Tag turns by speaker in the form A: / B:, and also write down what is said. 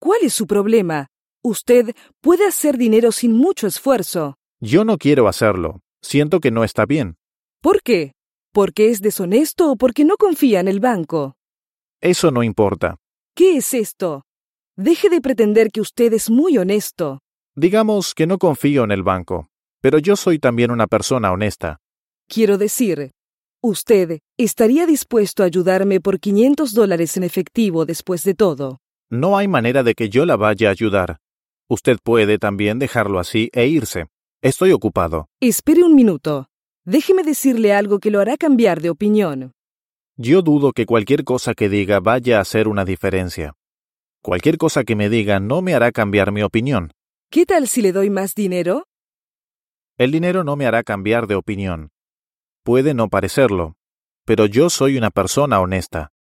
A: ¿Cuál es su problema? Usted puede hacer dinero sin mucho esfuerzo.
B: Yo no quiero hacerlo. Siento que no está bien.
A: ¿Por qué? ¿Porque es deshonesto o porque no confía en el banco?
B: Eso no importa.
A: ¿Qué es esto? Deje de pretender que usted es muy honesto.
B: Digamos que no confío en el banco, pero yo soy también una persona honesta.
A: Quiero decir, ¿usted estaría dispuesto a ayudarme por 500 dólares en efectivo después de todo?
B: No hay manera de que yo la vaya a ayudar. Usted puede también dejarlo así e irse. Estoy ocupado.
A: Espere un minuto. Déjeme decirle algo que lo hará cambiar de opinión.
B: Yo dudo que cualquier cosa que diga vaya a hacer una diferencia. Cualquier cosa que me diga no me hará cambiar mi opinión.
A: ¿Qué tal si le doy más dinero?
B: El dinero no me hará cambiar de opinión. Puede no parecerlo, pero yo soy una persona honesta.